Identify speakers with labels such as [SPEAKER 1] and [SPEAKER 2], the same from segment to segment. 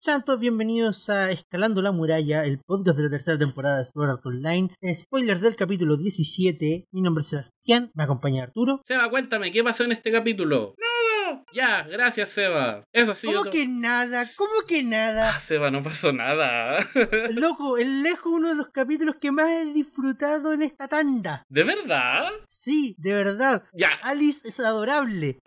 [SPEAKER 1] Sean todos bienvenidos a Escalando la Muralla, el podcast de la tercera temporada de Sword Art Online. Spoilers del capítulo 17. Mi nombre es Sebastián, me acompaña Arturo.
[SPEAKER 2] Seba, cuéntame, ¿qué pasó en este capítulo? ¡Nada! Ya, gracias, Seba. Eso sí.
[SPEAKER 1] ¿Cómo
[SPEAKER 2] yo-
[SPEAKER 1] que nada? ¿Cómo que
[SPEAKER 2] Ah,
[SPEAKER 1] nada?
[SPEAKER 2] Seba, no pasó nada.
[SPEAKER 1] Loco, el lejos uno de los capítulos que más he disfrutado en esta tanda.
[SPEAKER 2] ¿De verdad?
[SPEAKER 1] Sí, de verdad.
[SPEAKER 2] Ya.
[SPEAKER 1] Alice es adorable.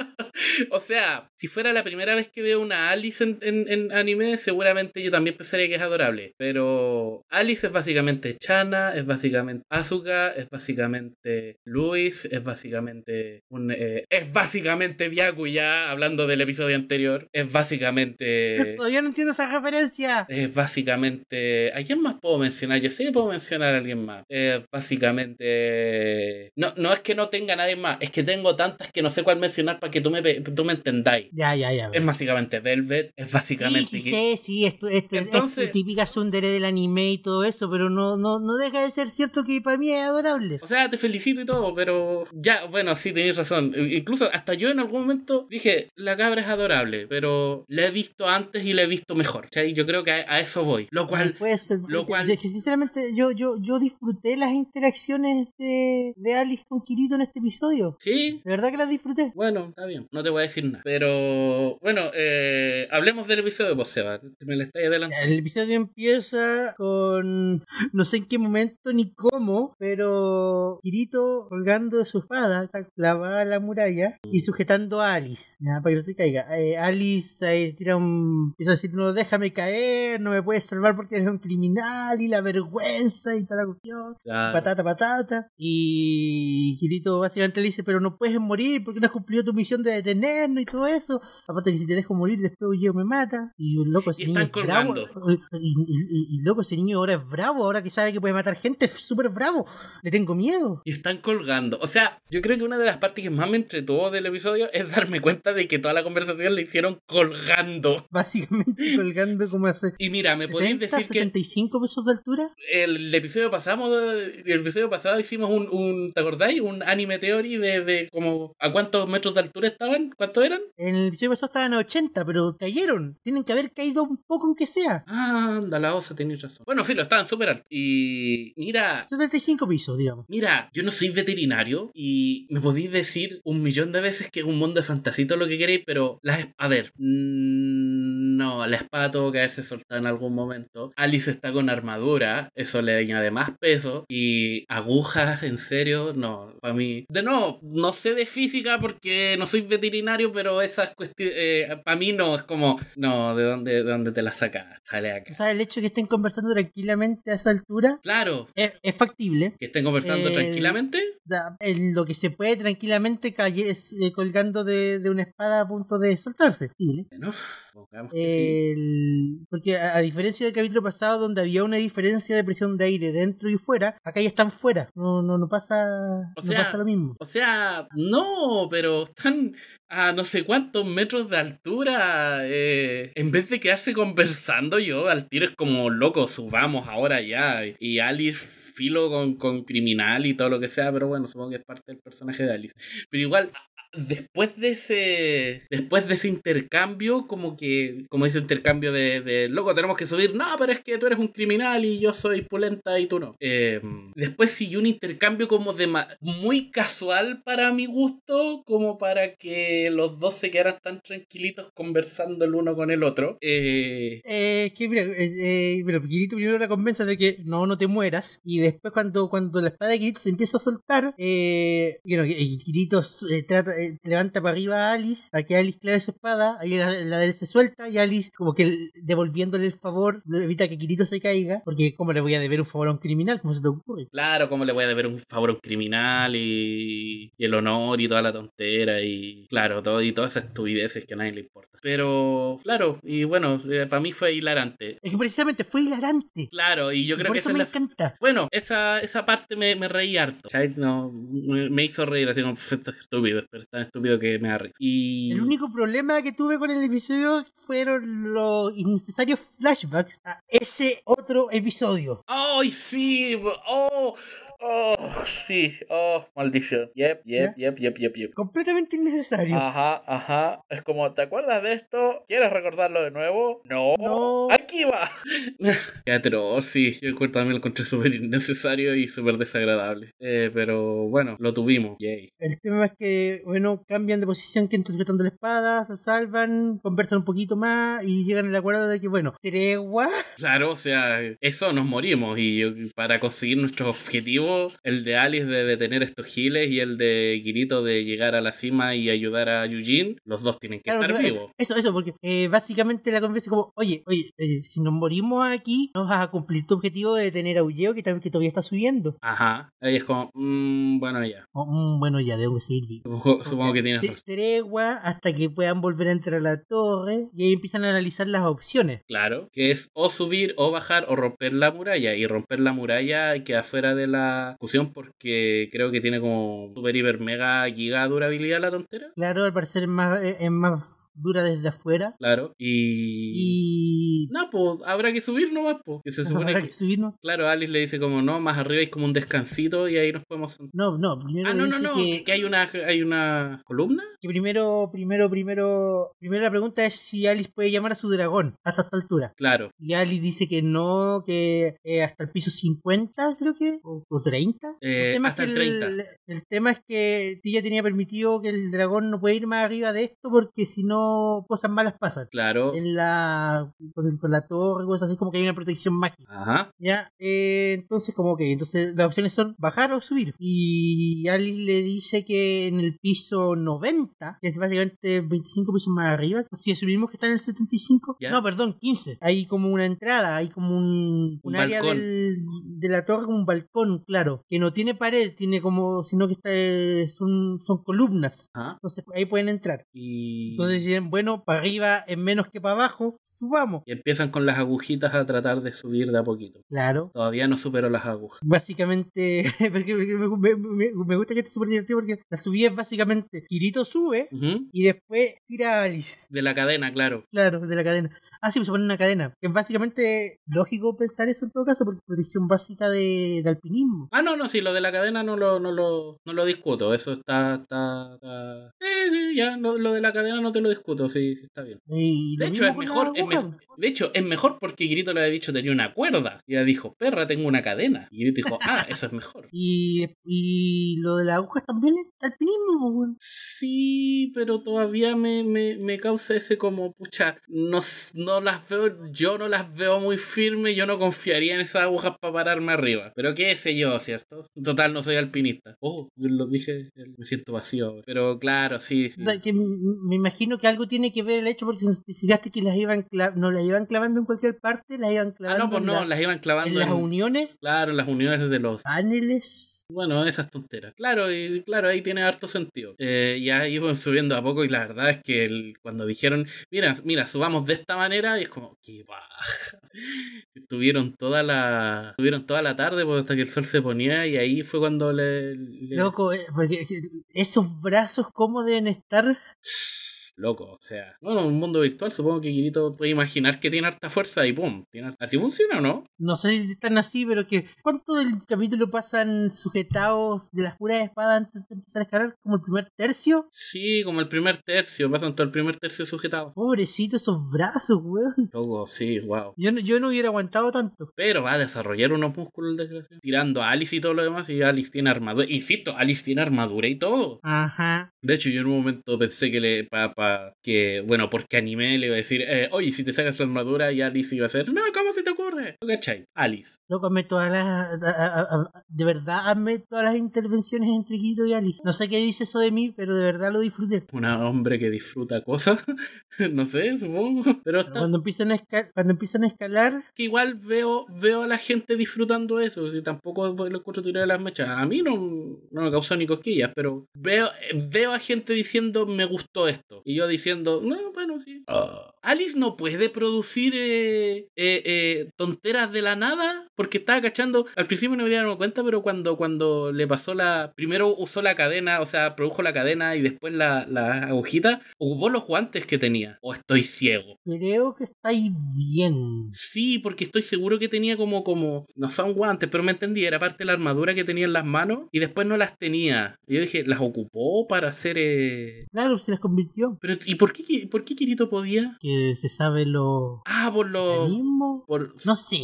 [SPEAKER 2] O sea, si fuera la primera vez que veo una Alice en, en- en anime, seguramente yo también pensaría que es adorable. Pero Alice es básicamente Chana, es básicamente Asuka, es básicamente Luis, es básicamente un, eh, es básicamente Byakuya, hablando del episodio anterior, es básicamente
[SPEAKER 1] Todavía no entiendo esa referencia.
[SPEAKER 2] Es básicamente. ¿A quién más puedo mencionar? Yo sé que puedo mencionar a alguien más. Es básicamente. No, no es que no tenga nadie más, es que tengo tantas que no sé cuál mencionar para que tú me, pe- tú me entendáis.
[SPEAKER 1] Ya, ya, ya.
[SPEAKER 2] Es básicamente Velvet, es
[SPEAKER 1] Sí,
[SPEAKER 2] básicamente.
[SPEAKER 1] sí,
[SPEAKER 2] que-
[SPEAKER 1] sí, sí, esto, esto es- es
[SPEAKER 2] Entonces-
[SPEAKER 1] tu típica tsundere del anime y todo eso, pero no, no, no deja de ser cierto que para mí es adorable.
[SPEAKER 2] O sea, te felicito y todo, pero ya, bueno, sí, tenéis razón. I- Incluso hasta yo en algún momento dije, la cabra es adorable, pero la he visto antes y la he visto mejor. ¿cachai? Yo creo que a, a eso voy. Lo cual,
[SPEAKER 1] Pues,
[SPEAKER 2] lo cual-
[SPEAKER 1] de- que sinceramente yo, yo, yo disfruté las interacciones de, de Alice con Kirito en este episodio.
[SPEAKER 2] sí,
[SPEAKER 1] De verdad que las disfruté.
[SPEAKER 2] Bueno, está bien, no te voy a decir nada. Pero bueno, eh, hablemos del episodio, pues Seba. Me lo estáis adelantando.
[SPEAKER 1] El episodio empieza con no sé en qué momento ni cómo, pero Kirito colgando de su espada, está clavada a la muralla y sujetando a Alice, ya, para que no se caiga. Eh, Alice ahí tira un... empieza a decir, no, déjame caer, no me puedes salvar porque eres un criminal y la vergüenza y toda la cuestión.
[SPEAKER 2] Claro.
[SPEAKER 1] Patata, patata. Y Kirito básicamente le dice, pero no puedes morir porque no has cumplido tu misión de detenernos y todo eso. Aparte que si te dejo morir, después Ulleo me mata. Y loco, ese
[SPEAKER 2] Y
[SPEAKER 1] niño
[SPEAKER 2] están
[SPEAKER 1] es bravo.
[SPEAKER 2] colgando.
[SPEAKER 1] Y, y- y- y, loco, ese niño ahora es bravo, ahora que sabe que puede matar gente, es súper bravo. Le tengo miedo.
[SPEAKER 2] Y están colgando. O sea, yo creo que una de las partes que más me entretuvo del episodio es darme cuenta de que toda la conversación la hicieron colgando.
[SPEAKER 1] Básicamente colgando como hace...
[SPEAKER 2] Y mira, me podéis
[SPEAKER 1] 70,
[SPEAKER 2] decir que
[SPEAKER 1] 75 pesos de altura.
[SPEAKER 2] el, episodio pasado, el episodio pasado hicimos un, un- ¿te acordáis? Un anime theory de, de como a cuántos metros de altura estaban, cuántos eran.
[SPEAKER 1] En el episodio pasado estaban a 80, pero cayeron. Tienen que haber caído un poco aunque sea.
[SPEAKER 2] Ah, anda, la osa tenía razón. Bueno, filo, estaban súper altos. Y mira,
[SPEAKER 1] 75 pisos, digamos.
[SPEAKER 2] Mira, yo no soy veterinario y me podéis decir un millón de veces que es un mundo de fantasito lo que queréis, pero las es- a ver, mm, no, la espada tuvo que haberse soltado en algún momento. Alice está con armadura, eso le añade más peso y agujas, en serio, no, para mí. De nuevo, no sé de física porque no soy veterinario, pero esas cuestiones para mí no es como, no, de dónde de dónde te la sacas? Sale acá.
[SPEAKER 1] O sea, el hecho de que estén conversando tranquilamente a esa altura
[SPEAKER 2] Claro,
[SPEAKER 1] es, es factible.
[SPEAKER 2] que estén conversando
[SPEAKER 1] El-
[SPEAKER 2] tranquilamente.
[SPEAKER 1] Da- en lo que se puede tranquilamente calle, es, eh, colgando de, de una espada a punto de soltarse. factible.
[SPEAKER 2] Bueno, pongamos que
[SPEAKER 1] eh,
[SPEAKER 2] sí.
[SPEAKER 1] El- Porque a, a diferencia del capítulo pasado donde había una diferencia de presión de aire dentro y fuera, acá ya están fuera. No, no, no pasa, no
[SPEAKER 2] sea,
[SPEAKER 1] pasa lo mismo.
[SPEAKER 2] O sea, no, pero están a no sé cuántos metros de altura. eh, en vez de quedarse conversando, yo al tiro es como loco, subamos ahora ya. Y Alice filo con, con criminal y todo lo que sea, pero bueno, supongo que es parte del personaje de Alice. Pero igual, después de ese después de ese intercambio como que como ese intercambio de, de, loco tenemos que subir no pero es que tú eres un criminal y yo soy pulenta y tú no Eh, después siguió un intercambio como de ma- muy casual para mi gusto como para que los dos se quedaran tan tranquilitos conversando el uno con el otro Eh,
[SPEAKER 1] Eh, es que mira, eh, eh, pero Kirito primero la convence de que no, no te mueras. Y después cuando, cuando la espada de Kirito se empieza a soltar, eh, y bueno, y- y Kirito eh, trata, eh, levanta para arriba a Alice, para que Alice clave su espada, ahí la, la de él se suelta y Alice como que l- devolviéndole el favor, le evita que Kirito se caiga, porque ¿cómo le voy a deber un favor a un criminal? ¿Cómo se te ocurre?
[SPEAKER 2] Claro, cómo le voy a deber un favor a un criminal y, y el honor y toda la tontera y claro, todo y todas esas estupideces que a nadie le importa. Pero claro, y bueno, eh, para mí fue hilarante.
[SPEAKER 1] Es que precisamente fue hilarante.
[SPEAKER 2] Claro, y yo
[SPEAKER 1] Y
[SPEAKER 2] creo
[SPEAKER 1] por
[SPEAKER 2] que
[SPEAKER 1] eso
[SPEAKER 2] esa es
[SPEAKER 1] me
[SPEAKER 2] la-
[SPEAKER 1] encanta.
[SPEAKER 2] Bueno, esa, esa parte me, me reí harto. ¿cachai? No, me, me hizo reír, así como, "Pff, esto es estúpido, pero es tan estúpido que me da risa. Y...
[SPEAKER 1] El único problema que tuve con el episodio fueron los innecesarios flashbacks a ese otro episodio.
[SPEAKER 2] ¡Ay, sí! ¡Oh! Oh, sí. Oh, maldición. Yep, yep, yep, yep, yep, yep.
[SPEAKER 1] Completamente innecesario.
[SPEAKER 2] Ajá, ajá. Es como, ¿te acuerdas de esto? ¿Quieres recordarlo de nuevo? No.
[SPEAKER 1] No.
[SPEAKER 2] Aquí va. Qué atroz, sí. Yo encuentro- también lo encontré súper innecesario y súper desagradable. Eh, pero bueno, lo tuvimos. Yay.
[SPEAKER 1] El tema es que, bueno, cambian de posición, que entonces sujetando la espada, se salvan, conversan un poquito más y llegan al acuerdo de que, bueno, tregua.
[SPEAKER 2] Claro, o sea, eso nos morimos. Y yo- para conseguir nuestros objetivos, el de Alice de detener estos giles y el de Kirito de llegar a la cima y ayudar a Yujin, los dos tienen que
[SPEAKER 1] Claro,
[SPEAKER 2] estar
[SPEAKER 1] porque-
[SPEAKER 2] vivos.
[SPEAKER 1] Eso, eso, porque eh, básicamente la conversa es como, oye, oye, eh, si nos morimos aquí, no vas a cumplir tu objetivo de detener a Ulleo, que, también- que todavía está subiendo.
[SPEAKER 2] Ajá. Ahí es como, mm, bueno, ya.
[SPEAKER 1] Oh, mm, bueno, ya debo seguir vivo.
[SPEAKER 2] Supongo, supongo que tienes
[SPEAKER 1] Te-
[SPEAKER 2] razón.
[SPEAKER 1] Tregua hasta que puedan volver a entrar a la torre y ahí empiezan a analizar las opciones.
[SPEAKER 2] Claro, que es o subir o bajar o romper la muralla. Y romper la muralla queda fuera de la discusión porque creo que tiene como super, hiper, mega, giga durabilidad la tontera.
[SPEAKER 1] Claro, al parecer es más, eh, es es más dura desde afuera.
[SPEAKER 2] Claro. Y...
[SPEAKER 1] Y.
[SPEAKER 2] No, pues habrá que subir nomás, pues. Que se supone
[SPEAKER 1] Habrá
[SPEAKER 2] que...
[SPEAKER 1] que subirnos.
[SPEAKER 2] Claro, Alice le dice como no, más arriba hay como un descansito y ahí nos podemos sentar.
[SPEAKER 1] No, no, primero
[SPEAKER 2] Ah, no, no,
[SPEAKER 1] dice
[SPEAKER 2] no,
[SPEAKER 1] que,
[SPEAKER 2] que, hay una hay una columna.
[SPEAKER 1] que primero, primero, primero, primero la pregunta es si Alice puede llamar a su dragón hasta esta altura.
[SPEAKER 2] Claro,
[SPEAKER 1] Y Alice dice que no, que eh, hasta el piso 50 creo que, o, o 30.
[SPEAKER 2] Eh,
[SPEAKER 1] tema es
[SPEAKER 2] hasta
[SPEAKER 1] que
[SPEAKER 2] el 30.
[SPEAKER 1] El, el tema es que Tilla tenía permitido que el dragón no puede ir más arriba de esto porque si no cosas malas pasan.
[SPEAKER 2] claro.
[SPEAKER 1] En la, con, con la torre, cosas así como que hay una protección mágica.
[SPEAKER 2] Ajá.
[SPEAKER 1] Ya, eh, entonces como que, entonces las opciones son bajar o subir. Y Alice le dice que en el piso 90, que es básicamente 25 pisos más arriba, si asumimos que está en el 75,
[SPEAKER 2] Ya.
[SPEAKER 1] no, perdón, 15. Hay como una entrada, hay como un,
[SPEAKER 2] Un
[SPEAKER 1] un área
[SPEAKER 2] balcón.
[SPEAKER 1] del, de la torre, como un balcón, claro, que no tiene pared, tiene como, sino que está, eh, son, son columnas.
[SPEAKER 2] Ajá.
[SPEAKER 1] Entonces ahí pueden entrar.
[SPEAKER 2] Y...
[SPEAKER 1] Entonces dicen, bueno, para arriba es menos que para abajo, subamos.
[SPEAKER 2] y empiezan con las agujitas a tratar de subir de a poquito.
[SPEAKER 1] Claro.
[SPEAKER 2] Todavía no supero las agujas.
[SPEAKER 1] Básicamente, porque porque me, me- me- me gusta que esto es súper divertido porque la subida es básicamente Kirito sube
[SPEAKER 2] Ujú.
[SPEAKER 1] y después tira a Alice.
[SPEAKER 2] De la cadena, claro.
[SPEAKER 1] Claro, de la cadena. Ah, sí, pues se pone una cadena. Que es básicamente lógico pensar eso en todo caso porque es protección básica de, de alpinismo.
[SPEAKER 2] Ah, no, no, sí, lo de la cadena no lo, no lo, no lo discuto. Eso está. está, está- Eh, sí, ya, lo, lo de la cadena no te lo discuto, sí, sí, está bien.
[SPEAKER 1] Y lo
[SPEAKER 2] De hecho,
[SPEAKER 1] mismo
[SPEAKER 2] es
[SPEAKER 1] con
[SPEAKER 2] mejor,
[SPEAKER 1] las
[SPEAKER 2] es
[SPEAKER 1] agujas.
[SPEAKER 2] mejor. De hecho, es mejor porque Grito le había dicho tenía una cuerda. Y ella dijo, perra, tengo una cadena. Y Grito dijo, ah, eso es mejor.
[SPEAKER 1] Y, y lo de las agujas también es alpinismo, pues, weón.
[SPEAKER 2] Sí, pero todavía me, me, me causa ese como, pucha, no, s- no las veo, yo no las veo muy firmes, yo no confiaría en esas agujas para pararme arriba. Pero qué sé yo, ¿cierto? Total, no soy alpinista. Oh, yo lo dije, me siento vacío. ahora. Pero claro, sí. sí.
[SPEAKER 1] O sea, que m- me imagino que algo tiene que ver el hecho porque si te fijaste que las iban cla- no las iban clavando en cualquier parte, las iban
[SPEAKER 2] Ah,
[SPEAKER 1] clavando
[SPEAKER 2] no, pues
[SPEAKER 1] en
[SPEAKER 2] no,
[SPEAKER 1] la-
[SPEAKER 2] las iban
[SPEAKER 1] en
[SPEAKER 2] clavando
[SPEAKER 1] las
[SPEAKER 2] en,
[SPEAKER 1] uniones
[SPEAKER 2] claro, en las uniones de los
[SPEAKER 1] paneles.
[SPEAKER 2] Bueno, esas tonteras. Claro, y claro, ahí tiene harto sentido. Eh, y ahí iban subiendo a poco y la verdad es que el- cuando dijeron, mira, mira, subamos de esta manera, y es como, qué baja. Estuvieron toda la. Estuvieron toda la tarde pues, hasta que el sol se ponía y ahí fue cuando le. le-
[SPEAKER 1] Loco, eh, porque esos brazos, ¿cómo deben estar?
[SPEAKER 2] Loco, o sea. Bueno, en un mundo virtual supongo que Kirito puede imaginar que tiene harta fuerza y pum. tiene harta- Así funciona, ¿o ¿no?
[SPEAKER 1] No sé si están así, pero que ¿cuánto del capítulo pasan sujetados de las puras espadas antes de empezar a escalar? Como el primer tercio.
[SPEAKER 2] Sí, como el primer tercio, pasan todo el primer tercio sujetado.
[SPEAKER 1] Pobrecito esos brazos, weón.
[SPEAKER 2] Loco, sí, wow.
[SPEAKER 1] Yo no, yo no hubiera aguantado tanto.
[SPEAKER 2] Pero va a desarrollar unos músculos, el desgraciado. Tirando a Alice y todo lo demás. Y Alice tiene armadura. Insisto, Alice tiene armadura y todo.
[SPEAKER 1] Ajá.
[SPEAKER 2] De hecho, yo en un momento pensé que le. Pa, pa- que, bueno, porque animé le iba a decir, eh, oye, si te sacas la armadura, y Alice iba a hacer, no, ¿cómo se te ocurre? ¿Tú cachai? Alice.
[SPEAKER 1] Loco, hazme todas las. a- a- a- a- de verdad, hazme todas las intervenciones entre Quito y Alice. No sé qué dice eso de mí, pero de verdad lo disfruté.
[SPEAKER 2] Un hombre que disfruta cosas. no sé, supongo. Pero
[SPEAKER 1] Pero
[SPEAKER 2] está.
[SPEAKER 1] Cuando empiezan a, esca- cuando empiezan a escalar,
[SPEAKER 2] Que igual veo, veo a la gente disfrutando eso. Si tampoco lo encuentro tirar de las mechas. A mí no, no me causó ni cosquillas, pero veo, eh, veo a gente diciendo me gustó esto. Y yo diciendo, no, bueno, sí. Alice no puede producir eh, eh, eh, tonteras de la nada porque estaba cachando. Al principio no me dieron cuenta, pero cuando, cuando le pasó la. Primero usó la cadena, o sea, produjo la cadena y después la, la agujita, ocupó los guantes que tenía. O estoy ciego.
[SPEAKER 1] Creo que estáis bien.
[SPEAKER 2] Sí, porque estoy seguro que tenía como, como, no son guantes, pero me entendí, era parte de la armadura que tenía en las manos y después no las tenía. Y yo dije, las ocupó para hacer... eh,
[SPEAKER 1] Claro, se las convirtió.
[SPEAKER 2] Pero, ¿y por qué, Ki- por qué Kirito podía?
[SPEAKER 1] Que se sabe lo
[SPEAKER 2] Ah, por lo...
[SPEAKER 1] mismo.
[SPEAKER 2] Por...
[SPEAKER 1] No sé,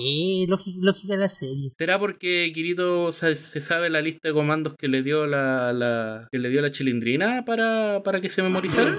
[SPEAKER 1] lógi- lógica de la serie.
[SPEAKER 2] ¿Será porque Kirito se, se sabe la lista de comandos que le dio la, la- que le dio la chilindrina para, para que se memorizara?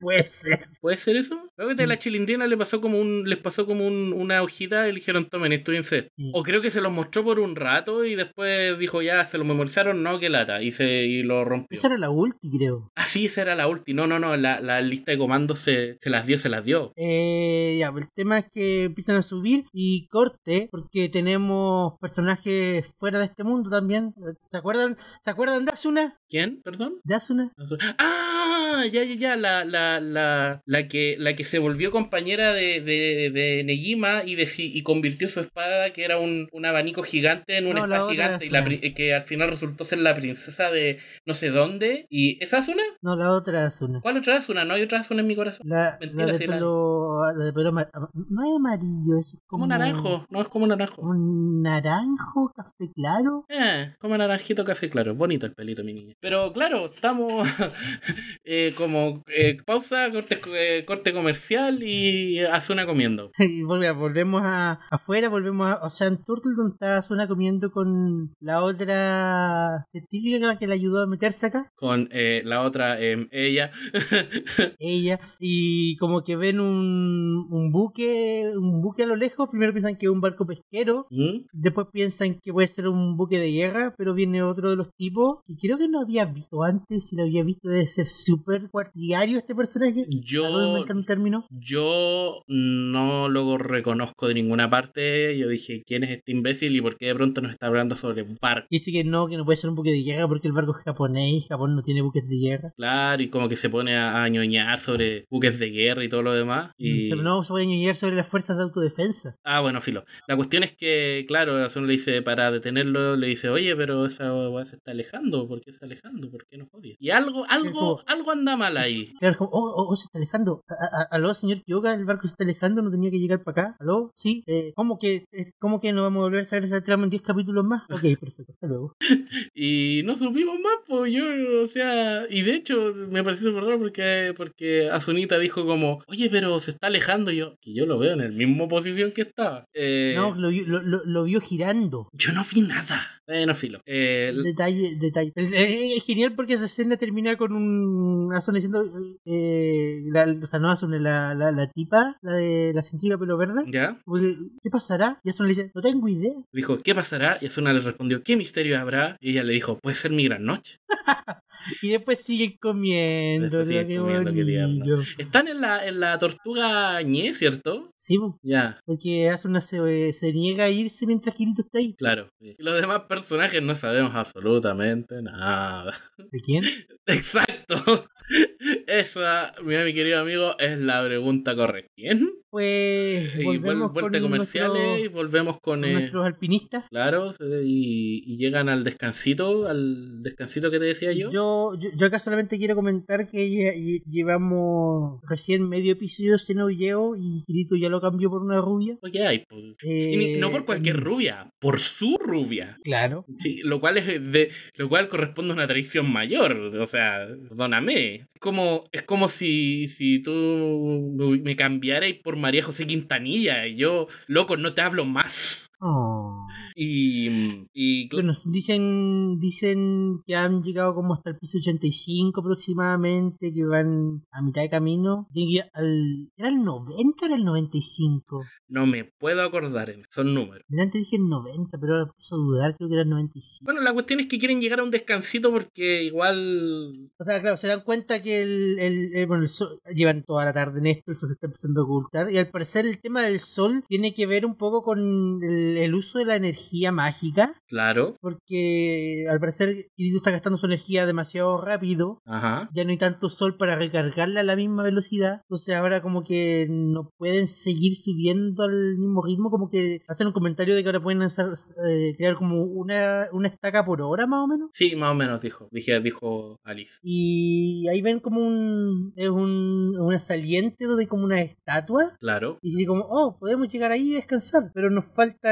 [SPEAKER 1] Puede ser.
[SPEAKER 2] ¿Puede ser eso? Creo que de la chilindrina le pasó como un, les pasó como un- una hojita y le dijeron, tomen, estudiense esto.
[SPEAKER 1] Sí.
[SPEAKER 2] O creo que se los mostró por un rato y después dijo, ya, se lo memorizaron, no, que lata. Y se y lo rompió.
[SPEAKER 1] Esa era la ulti, creo.
[SPEAKER 2] Ah, sí, esa era la última. No, no, no, la, la lista de comandos se, se las dio, se las dio.
[SPEAKER 1] Eh, ya, el tema es que empiezan a subir y corte, porque tenemos personajes fuera de este mundo también. ¿Se acuerdan? ¿Se acuerdan de Asuna?
[SPEAKER 2] ¿Quién? ¿Perdón?
[SPEAKER 1] ¿De Asuna?
[SPEAKER 2] Ah, ya, ya, ya, la, la, la, la, que, la que se volvió compañera de, de, de Negima y, de, y convirtió su espada, que era un, un abanico gigante, en una
[SPEAKER 1] No, la
[SPEAKER 2] espada
[SPEAKER 1] otra
[SPEAKER 2] gigante, y
[SPEAKER 1] es
[SPEAKER 2] la
[SPEAKER 1] una.
[SPEAKER 2] pri- eh, que al final resultó ser la princesa de no sé dónde. ¿Y esa es una?
[SPEAKER 1] No, la otra Asuna.
[SPEAKER 2] ¿Cuál otra es una? No hay otra es una en mi corazón.
[SPEAKER 1] La,
[SPEAKER 2] Mentira,
[SPEAKER 1] la de
[SPEAKER 2] sí, la-
[SPEAKER 1] pelo, ah, la de pelo amar- ama- no es amarillo, es como
[SPEAKER 2] Como un naranjo, no es como un naranjo.
[SPEAKER 1] Un naranjo, café claro.
[SPEAKER 2] Eh, como naranjito café, claro, bonito el pelito, mi niña. Pero claro, estamos eh, como eh, pausa, corte, eh, corte comercial y Asuna comiendo.
[SPEAKER 1] Y volve- volvemos a afuera, volvemos a Ocean Turtle, donde está Asuna comiendo con la otra científica con la que le ayudó a meterse acá.
[SPEAKER 2] Con eh, la otra, eh, ella.
[SPEAKER 1] ella y como que ven un, un buque un buque a lo lejos primero piensan que es un barco pesquero
[SPEAKER 2] ¿Mm?
[SPEAKER 1] después piensan que puede ser un buque de guerra pero viene otro de los tipos que creo que no había visto antes si lo había visto debe ser súper cuartillario este personaje Perdón, me
[SPEAKER 2] Yo,
[SPEAKER 1] encanta un término
[SPEAKER 2] yo no lo reconozco de ninguna parte. Yo dije, ¿quién es este imbécil y por qué de pronto nos está hablando sobre un barco?
[SPEAKER 1] dice que no que no puede ser un buque de guerra porque el barco es japonés y Japón no tiene buques de guerra
[SPEAKER 2] Claro, y como que se pone a, a ñoñar sobre buques de guerra y todo lo demás. Y...
[SPEAKER 1] Se- no se puede añadir Mm, sobre las fuerzas de autodefensa
[SPEAKER 2] Ah, bueno, filo. La cuestión es que, claro, Azul le dice, para detenerlo, le dice, oye, pero esa weá se está alejando, ¿por qué se está alejando? ¿Por qué nos odia? Y algo, algo,
[SPEAKER 1] como-
[SPEAKER 2] algo anda mal ahí.
[SPEAKER 1] Claro, es como, oh, oh, oh, se está alejando. A- a- aló, señor Kyoga, el barco se está alejando, no tenía que llegar para acá. Aló, sí, eh, ¿cómo que es- cómo que no vamos a volver a saber esa trama en 10 capítulos más? Ok, perfecto, hasta luego.
[SPEAKER 2] Y no supimos más, pues yo, o sea, y de hecho me pareció súper raro porque, porque Azunita dijo como, oye, pero se está alejando y yo, que yo lo veo en el mismo posición que estaba. Eh,
[SPEAKER 1] No, lo, vi- lo- lo- lo vio girando.
[SPEAKER 2] Yo no vi nada. Eh, no filo. Eh,
[SPEAKER 1] Detalle, detalle. El- eh, Es genial porque esa escena termina con un Asuna diciendo, eh, la, o sea, no Asuna, la, la, la tipa, la de la científica pelo verde.
[SPEAKER 2] ¿Ya?
[SPEAKER 1] como que, ¿Qué pasará? Y Asuna le dice, no tengo idea.
[SPEAKER 2] Dijo, ¿qué pasará? Y Azuna le respondió, ¿qué misterio habrá? Y ella le dijo, puede ser mi gran noche.
[SPEAKER 1] Y después siguen comiendo,
[SPEAKER 2] Después siguen
[SPEAKER 1] qué
[SPEAKER 2] comiendo, qué tierno.
[SPEAKER 1] bonito.
[SPEAKER 2] Están en la, en la tortuga ñe, ¿cierto?
[SPEAKER 1] Sí, po.
[SPEAKER 2] Ya,
[SPEAKER 1] Porque Asuna se, eh, se niega a irse mientras Kirito está ahí.
[SPEAKER 2] claro. Y los demás personajes no sabemos absolutamente nada.
[SPEAKER 1] ¿De quién?
[SPEAKER 2] Exacto. Esa, mira, mi querido amigo, es la pregunta correcta. ¿Quién?
[SPEAKER 1] Pues
[SPEAKER 2] Y vuel-
[SPEAKER 1] volvemos
[SPEAKER 2] vuelta
[SPEAKER 1] con
[SPEAKER 2] comerciales y
[SPEAKER 1] nuestro-
[SPEAKER 2] volvemos con.
[SPEAKER 1] con
[SPEAKER 2] eh,
[SPEAKER 1] nuestros alpinistas.
[SPEAKER 2] Claro, eh, y, y llegan al descansito, al descansito que te decía yo.
[SPEAKER 1] Yo, yo, yo acá solamente quiero comentar que lle- lle- llevamos recién medio episodio sin Olleo y Kirito ya lo cambió por una rubia.
[SPEAKER 2] Lo que hay, pues. Y ni-
[SPEAKER 1] Eh,
[SPEAKER 2] no por cualquier
[SPEAKER 1] mm,
[SPEAKER 2] rubia, por su rubia.
[SPEAKER 1] Claro.
[SPEAKER 2] Sí, lo cual es de, lo cual corresponde a una traición mayor, o sea, perdóname. Es como, es como si, si tú me cambiarais por María José Quintanilla y yo, loco, no te hablo más.
[SPEAKER 1] Oh.
[SPEAKER 2] Y, mm, y cl-
[SPEAKER 1] Bueno, dicen, dicen que han llegado como hasta el piso 85 aproximadamente, que van a mitad de camino. Tienen que ir al, ¿Era el 90 o era el 95?
[SPEAKER 2] no me puedo acordar, en- son números.
[SPEAKER 1] Delante dije el 90, pero ahora puso a dudar, creo que era el 95.
[SPEAKER 2] Bueno, la cuestión es que quieren llegar a un descansito porque igual...
[SPEAKER 1] O sea, claro, se dan cuenta que el, el- el- bueno, el sol, llevan toda la tarde en esto, el sol se está empezando a ocultar, y al parecer el tema del sol tiene que ver un poco con el, el uso de la energía energía mágica.
[SPEAKER 2] Claro.
[SPEAKER 1] Porque al parecer Kirito está gastando su energía demasiado rápido.
[SPEAKER 2] Ajá.
[SPEAKER 1] Ya no hay tanto sol para recargarla a la misma velocidad. Entonces ahora como que no pueden seguir subiendo al mismo ritmo. Como que hacen un comentario de que ahora pueden hacer, eh, crear como una, una estaca por hora más o menos.
[SPEAKER 2] Sí, más o menos dijo. Dije, dijo Alice.
[SPEAKER 1] Y ahí ven como un, es un, una saliente donde hay como una estatua.
[SPEAKER 2] Claro.
[SPEAKER 1] Y dice como, oh, podemos llegar ahí y descansar. Pero nos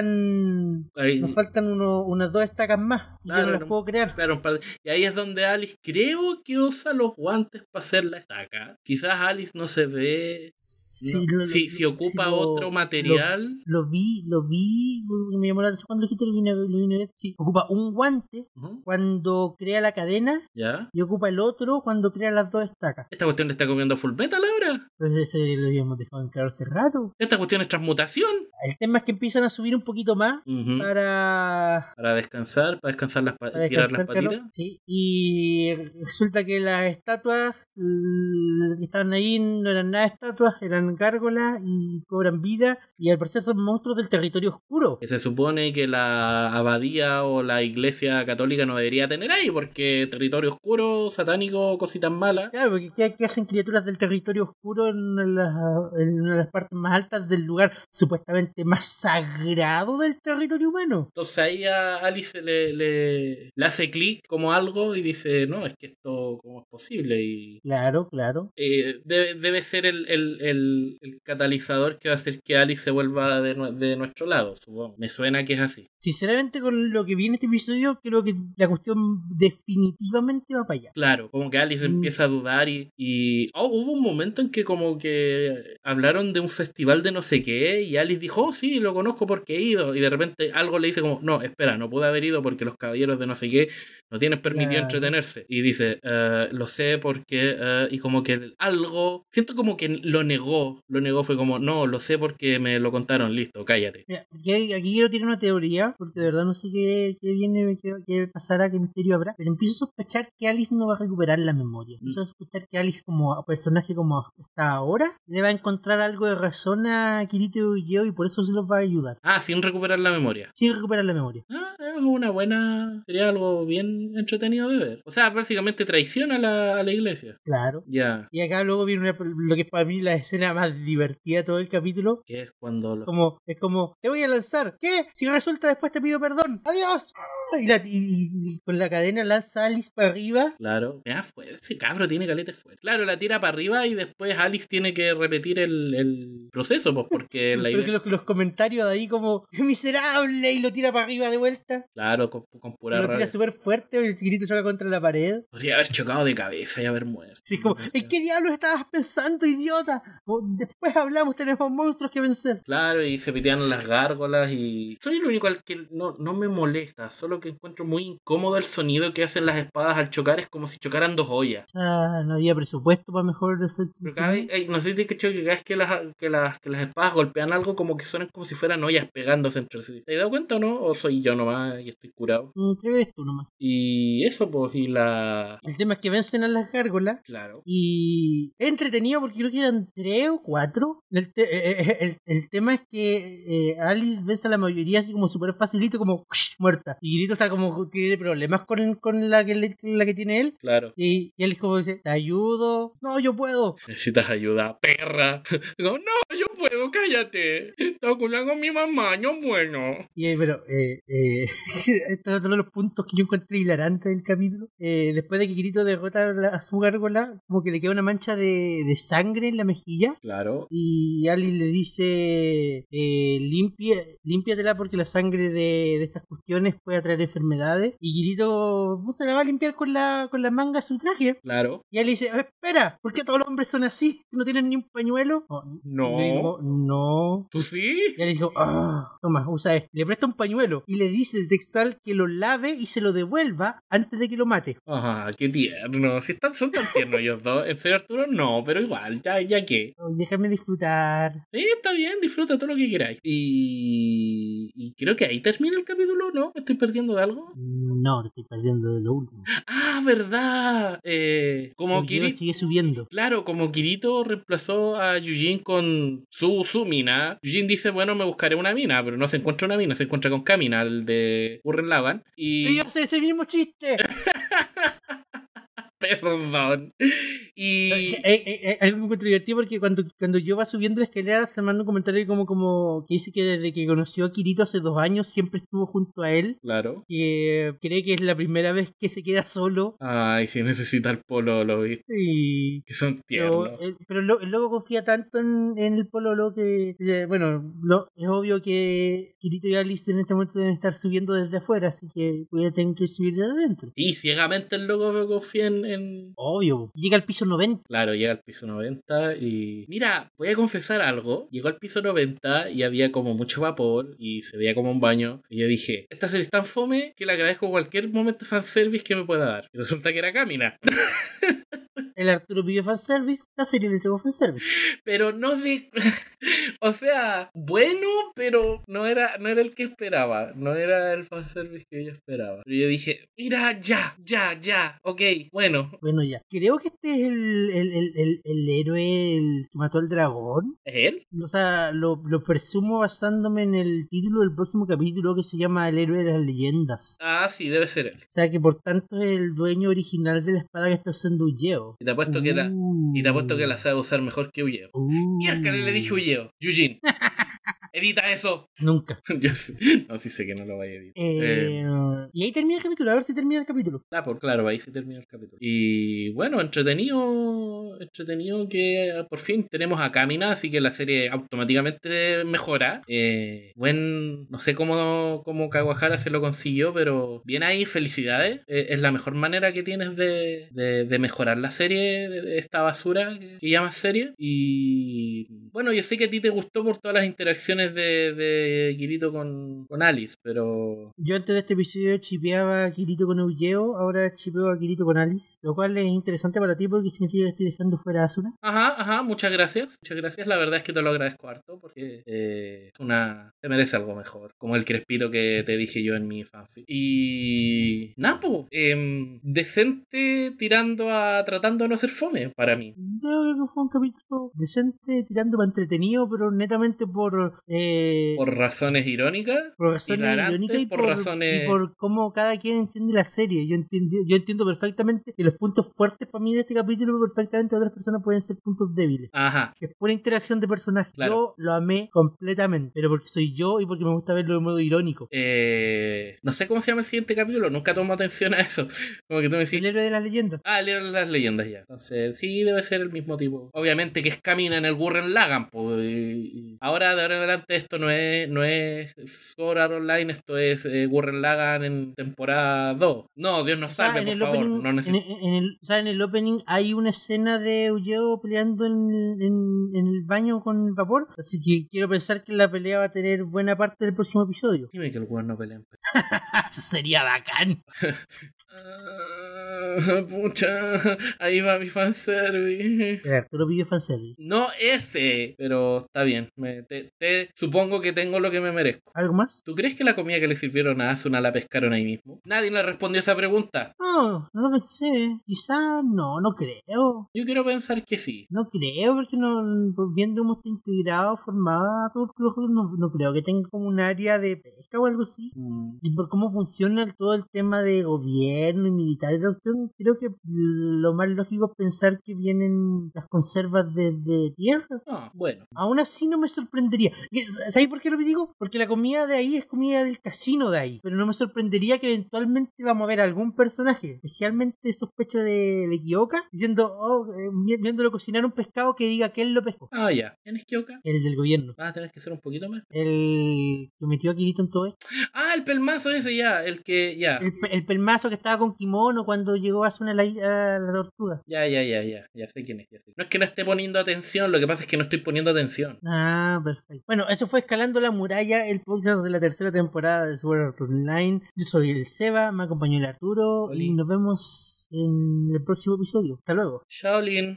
[SPEAKER 1] faltan
[SPEAKER 2] Ahí-
[SPEAKER 1] nos faltan uno- unas dos estacas más. y
[SPEAKER 2] Claro,
[SPEAKER 1] yo no las
[SPEAKER 2] no-
[SPEAKER 1] puedo crear.
[SPEAKER 2] Claro, un par de- Y ahí es donde Alice creo que usa los guantes para hacer la estaca. Quizás Alice no se ve.
[SPEAKER 1] Si,
[SPEAKER 2] no-
[SPEAKER 1] lo-
[SPEAKER 2] si,
[SPEAKER 1] lo-
[SPEAKER 2] si ocupa
[SPEAKER 1] si lo-
[SPEAKER 2] otro material.
[SPEAKER 1] Lo, vi, lo vi. Me llamó la atención cuando dijiste lo vine, a- lo vine a ver. Sí. Ocupa un guante
[SPEAKER 2] Ujú,
[SPEAKER 1] cuando crea la cadena
[SPEAKER 2] ¿Ya?
[SPEAKER 1] y ocupa el otro cuando crea las dos estacas.
[SPEAKER 2] ¿Esta cuestión le está comiendo full metal ahora?
[SPEAKER 1] Pues eso lo habíamos dejado en claro hace rato.
[SPEAKER 2] ¿Esta cuestión es transmutación?
[SPEAKER 1] El tema es que empiezan a subir un poquito más
[SPEAKER 2] Ujú.
[SPEAKER 1] para
[SPEAKER 2] Para descansar, para descansar las pa-
[SPEAKER 1] Ah. para
[SPEAKER 2] tirar las
[SPEAKER 1] descansar, claro.
[SPEAKER 2] patitas.
[SPEAKER 1] Sí, y resulta que las estatuas l- que estaban ahí no eran nada estatuas, eran gárgolas y cobran vida. Y al parecer son monstruos del territorio oscuro.
[SPEAKER 2] Que se supone que la abadía o la iglesia católica no debería tener ahí, porque territorio oscuro, satánico, cositas malas.
[SPEAKER 1] Claro, porque ¿qué, qué hacen criaturas del territorio oscuro en una, de las, en una de las partes más altas del lugar supuestamente más sagrado del territorio humano?
[SPEAKER 2] Entonces ahí a Alice le, le, le hace clic como algo y dice, no, es que esto, ¿cómo es posible? Y
[SPEAKER 1] Claro, claro.
[SPEAKER 2] eh, debe, debe ser el, el, el- el catalizador que va a hacer que Alice se vuelva de, nue- de nuestro lado, supongo. Me suena que es así.
[SPEAKER 1] Sinceramente, con lo que vi en este episodio, creo que la cuestión definitivamente va para allá.
[SPEAKER 2] Claro, como que Alice
[SPEAKER 1] Mm.
[SPEAKER 2] empieza a dudar y... y- oh, hubo un momento en que como que hablaron de un festival de no sé qué y Alice dijo, oh, sí, lo conozco porque he ido. Y de repente algo le dice como, no, espera, no pude haber ido porque los caballeros de no sé qué no tienen permitido
[SPEAKER 1] Claro.
[SPEAKER 2] entretenerse. Y dice, "Eh, lo sé porque... eh", y como que algo... Siento como que lo negó, lo negó, fue como, no, lo sé porque me lo contaron, listo, cállate.
[SPEAKER 1] Mira, aquí, aquí quiero tirar una teoría, porque de verdad no sé qué, qué viene, qué, qué pasará, qué misterio habrá, pero empiezo a sospechar que Alice no va a recuperar la memoria. Empiezo a sospechar que Alice, como personaje como está ahora, le va a encontrar algo de razón a Kirito y Geo y por eso se los va a ayudar.
[SPEAKER 2] Ah, sin recuperar la memoria.
[SPEAKER 1] Sin recuperar la memoria.
[SPEAKER 2] Ah, es una buena. Sería algo bien entretenido de ver. O sea, básicamente traiciona a la, a la iglesia.
[SPEAKER 1] Claro.
[SPEAKER 2] Ya.
[SPEAKER 1] Y acá luego viene una- lo que es para mí la escena más divertida de todo el capítulo.
[SPEAKER 2] Que es cuando. Lo...
[SPEAKER 1] Como, es como, te voy a lanzar. ¿Qué? Si resulta después te pido perdón. ¡Adiós! Y, la- y- y- y con la cadena lanza a Alice para arriba.
[SPEAKER 2] Claro. Mira, fue, ese cabro tiene caleta fue. Claro, la tira para arriba y después Alice tiene que repetir el, el proceso, pues porque la
[SPEAKER 1] Pero que
[SPEAKER 2] idea.
[SPEAKER 1] los, los comentarios de ahí como ¡Qué miserable! Y lo tira para arriba de vuelta.
[SPEAKER 2] Claro, con, con pura
[SPEAKER 1] Lo tira
[SPEAKER 2] rabia.
[SPEAKER 1] súper fuerte, el grito choca contra la pared.
[SPEAKER 2] Podría haber chocado de cabeza y haber muerto.
[SPEAKER 1] Sí, es como, ¿en qué diablos estabas pensando, idiota? Como, Después hablamos, tenemos monstruos que vencer.
[SPEAKER 2] Claro, y se pitean las gárgolas y... Soy el único al que no, no me molesta, solo que encuentro muy incómodo el sonido que hacen las espadas al chocar, es como si chocaran dos ollas.
[SPEAKER 1] Ah, no había presupuesto para mejor efecto.
[SPEAKER 2] Pero cada vez- ay, Pues no sé si te cacho que cada vez que las, que, las, que las espadas golpean algo, como que suenan como si fueran ollas pegándose entre sí. ¿Te has dado cuenta o no? ¿O soy yo nomás y estoy curado?
[SPEAKER 1] Mm, Creo que eres tú nomás.
[SPEAKER 2] Y eso, pues, y la.
[SPEAKER 1] El tema es que vencen a las gárgolas.
[SPEAKER 2] Claro.
[SPEAKER 1] Y es entretenido porque creo que eran tres o cuatro. El, te- eh, eh, el, el tema es que eh, Alice ves a la mayoría así como súper facilito, como muerta. Y Grito está como que tiene problemas con, con la, que le- la que tiene él.
[SPEAKER 2] Claro.
[SPEAKER 1] Y, y Alice como dice, te ayudo. No, yo puedo.
[SPEAKER 2] Necesitas ayuda, perra. Digo, no, yo puedo, cállate. Estaba culiando con mi mamá, yo bueno.
[SPEAKER 1] Y eh, pero, eh, eh, estos son los puntos que yo encontré hilarantes del capítulo. Eh, después de que Grito derrota a la- a su gárgola, como que le queda una mancha de, de sangre en la mejilla.
[SPEAKER 2] Claro.
[SPEAKER 1] Y Alice le dice, eh, limpie- límpiatela porque la sangre de, de estas cuestiones puede atraer enfermedades. Y Kirito pues, se la va a limpiar con la, con la manga de su traje.
[SPEAKER 2] Claro.
[SPEAKER 1] Y Alice dice, espera, ¿por qué todos los hombres son así? ¿No tienen ni un pañuelo? Oh,
[SPEAKER 2] No.
[SPEAKER 1] Y le dijo, no.
[SPEAKER 2] ¿Tú sí?
[SPEAKER 1] Y Alice dijo, ah, toma, usa esto. Y Le presta un pañuelo y le dice textual que lo lave y se lo devuelva antes de que lo mate.
[SPEAKER 2] Ah, qué tierno. Si están, son tan tiernos ellos dos. El señor Arturo no, pero igual, ya, ya qué.
[SPEAKER 1] Oh, déjame disfrutar.
[SPEAKER 2] Sí, está bien, disfruta todo lo que queráis. Y Y, y creo que ahí termina el capítulo, ¿no? ¿Me estoy perdiendo de algo?
[SPEAKER 1] No, te estoy perdiendo de lo último.
[SPEAKER 2] Ah, verdad. Eh, como
[SPEAKER 1] el video
[SPEAKER 2] Kirito.
[SPEAKER 1] sigue subiendo.
[SPEAKER 2] Claro, como Kirito reemplazó a Yujin con su, su mina, Yujin dice, bueno, me buscaré una mina, pero no se encuentra una mina, se encuentra con Kamina, el de Urren Lagan.
[SPEAKER 1] Y
[SPEAKER 2] Y...
[SPEAKER 1] yo sé ese mismo chiste.
[SPEAKER 2] Perdón. Y...
[SPEAKER 1] Eh, eh, eh, algo que encuentro divertido porque cuando, cuando yo va subiendo la escalera se manda un comentario como, como que dice que desde que conoció a Kirito hace dos años siempre estuvo junto a él,
[SPEAKER 2] Claro.
[SPEAKER 1] que cree que es la primera vez que se queda solo
[SPEAKER 2] Ay, si necesita el pololo, ¿viste?
[SPEAKER 1] y
[SPEAKER 2] Que son tiernos.
[SPEAKER 1] Pero, eh, pero el, lo- el loco confía tanto en, en el pololo que, eh, bueno, lo- es obvio que Kirito y Alice en este momento deben estar subiendo desde afuera, así que voy a tener que subir desde adentro.
[SPEAKER 2] Y ciegamente el loco confía en, en-
[SPEAKER 1] Obvio, po. llega al piso 90.
[SPEAKER 2] Claro, llega al piso 90 y... Mira, voy a confesar algo. Llegó al piso 90 y había como mucho vapor y se veía como un baño. Y yo dije, esta serie es tan fome que le agradezco cualquier momento fanservice que me pueda dar. Y resulta que era Camina.
[SPEAKER 1] El Arturo pidió fanservice, la serie le entregó fanservice.
[SPEAKER 2] Pero no de... o sea, bueno, pero no era, no era el que esperaba. No era el fanservice que yo esperaba. Pero yo dije, mira, ya, ya, ya. Ok, bueno.
[SPEAKER 1] Bueno, ya. Creo que este es el, el, el, el- el héroe el que mató al dragón.
[SPEAKER 2] ¿Es él?
[SPEAKER 1] O sea, lo, lo presumo basándome en el título del próximo capítulo que se llama El héroe de las leyendas.
[SPEAKER 2] Ah, sí, debe ser él.
[SPEAKER 1] O sea que por tanto es el dueño original de la espada que está usando Ulleo.
[SPEAKER 2] Y te apuesto que era...
[SPEAKER 1] Uh.
[SPEAKER 2] Y te apuesto que la sabe usar mejor que Uyeo.
[SPEAKER 1] Uh.
[SPEAKER 2] Miércoles le dije Uyeo. Yujin. Edita eso.
[SPEAKER 1] Nunca.
[SPEAKER 2] Yo sé- No, sí sé que no lo vaya a editar. Eh,
[SPEAKER 1] Eh, Y ahí termina el capítulo, a ver si termina el capítulo.
[SPEAKER 2] ah, por claro, ahí se termina el capítulo. Y bueno, entretenido. Entretenido que ah, por fin tenemos a Kamina, así que la serie automáticamente mejora. Eh, buen. No sé cómo, cómo Kawahara se lo consiguió, pero bien ahí, felicidades. Eh, es la mejor manera que tienes de, de, de mejorar la serie, de- de esta basura que, que llamas serie. Y bueno, yo sé que a ti te gustó por todas las interacciones de, de Kirito con, con Alice, pero
[SPEAKER 1] Yo antes de este episodio chipeaba a Kirito con Ulleo, ahora chipeo a Kirito con Alice. Lo cual es interesante para ti porque significa que estoy dejando fuera a Asuna.
[SPEAKER 2] Ajá, ajá, muchas gracias. Muchas gracias. La verdad es que te lo agradezco harto porque eh, es una. Te merece algo mejor. Como el crespito que te dije yo en mi fanfic. Y. Napo, em, decente tirando a. tratando de no ser fome para mí.
[SPEAKER 1] Yo creo que fue un capítulo decente, tirando para entretenido, pero netamente por. Eh,
[SPEAKER 2] Por razones irónicas.
[SPEAKER 1] por razones
[SPEAKER 2] hilarante,
[SPEAKER 1] irónicas y
[SPEAKER 2] por
[SPEAKER 1] por,
[SPEAKER 2] razones-
[SPEAKER 1] y por cómo cada quien entiende la serie. Yo, entiendo yo entiendo perfectamente que los puntos fuertes para mí de este capítulo perfectamente otras personas pueden ser puntos débiles.
[SPEAKER 2] Ajá.
[SPEAKER 1] Que es pura interacción de personajes.
[SPEAKER 2] Claro.
[SPEAKER 1] Yo lo amé completamente, pero porque soy yo y porque me gusta verlo de modo irónico.
[SPEAKER 2] Eh, no sé cómo se llama el siguiente capítulo, nunca tomo atención a eso. Como que tú me decís,
[SPEAKER 1] El héroe de las leyendas.
[SPEAKER 2] Ah, el héroe de las leyendas ya. Entonces, sí, debe ser el mismo tipo. Obviamente que es Camina en el Gurren Lagan. po, y- y- Ahora, de ahora en adelante, esto no es, no es Sword Art Online, esto es eh, Gurren Lagan en temporada 2. No, Dios nos
[SPEAKER 1] O sea,
[SPEAKER 2] salve,
[SPEAKER 1] Ah, en
[SPEAKER 2] por
[SPEAKER 1] el
[SPEAKER 2] favor.
[SPEAKER 1] opening-
[SPEAKER 2] No
[SPEAKER 1] en
[SPEAKER 2] necesito.
[SPEAKER 1] el- en el- o sea, en el opening hay una escena de Ulleo peleando en, en- en el baño con el vapor. Así que quiero pensar que la pelea va a tener buena parte del próximo episodio.
[SPEAKER 2] Dime que el weón no pelea en pe-
[SPEAKER 1] Eso sería bacán.
[SPEAKER 2] Ah, Pucha, ahí va mi fanservice.
[SPEAKER 1] El Eh, Arturo pidió fanservice.
[SPEAKER 2] No ese, pero está bien. me- te- te- supongo que tengo lo que me merezco.
[SPEAKER 1] ¿Algo más?
[SPEAKER 2] ¿Tú crees que la comida que le sirvieron a Asuna la pescaron ahí mismo? Nadie le respondió esa pregunta.
[SPEAKER 1] No, no lo pensé. Quizá no, no creo.
[SPEAKER 2] Yo quiero pensar que sí.
[SPEAKER 1] No creo, porque no, por viendo cómo está integrado, formado todo el flujo, no, no creo que tenga como un área de pesca o algo así.
[SPEAKER 2] Mm,
[SPEAKER 1] Y por cómo funciona el- todo el tema de gobierno y militar y toda la cuestión, creo que lo más lógico es pensar que vienen las conservas desde tierra.
[SPEAKER 2] Ah, bueno.
[SPEAKER 1] Aún así no me sorprendería. Y- ¿Sabes por qué lo digo? Porque la comida de ahí es comida del casino de ahí. Pero no me sorprendería que eventualmente vamos a ver algún personaje, especialmente sospecho de, de Kioka, diciendo, oh, eh, vi- viéndolo cocinar un pescado que diga que él lo pescó.
[SPEAKER 2] Ah, ya. ¿Tienes Kyoka?
[SPEAKER 1] El del gobierno.
[SPEAKER 2] Vas a tener que ser un poquito más.
[SPEAKER 1] El que metió a Kirito en todo esto.
[SPEAKER 2] Ah, el pelmazo ese ya. El que. Ya.
[SPEAKER 1] El, pe- el pelmazo que estaba con kimono cuando llegó Asuna a la, i- a la tortuga.
[SPEAKER 2] Ya, ya, ya, ya. Ya sé quién es. ya sé. No es que no esté poniendo atención, lo que pasa es que no estoy poniendo atención.
[SPEAKER 1] Ah, perfecto. Bueno, eso fue Escalando la Muralla, el podcast de la tercera temporada de Sword Art Online. Yo soy el Seba, me acompañó el Arturo
[SPEAKER 2] Oli.
[SPEAKER 1] y nos vemos en el próximo episodio. Hasta luego.
[SPEAKER 2] Shaolin.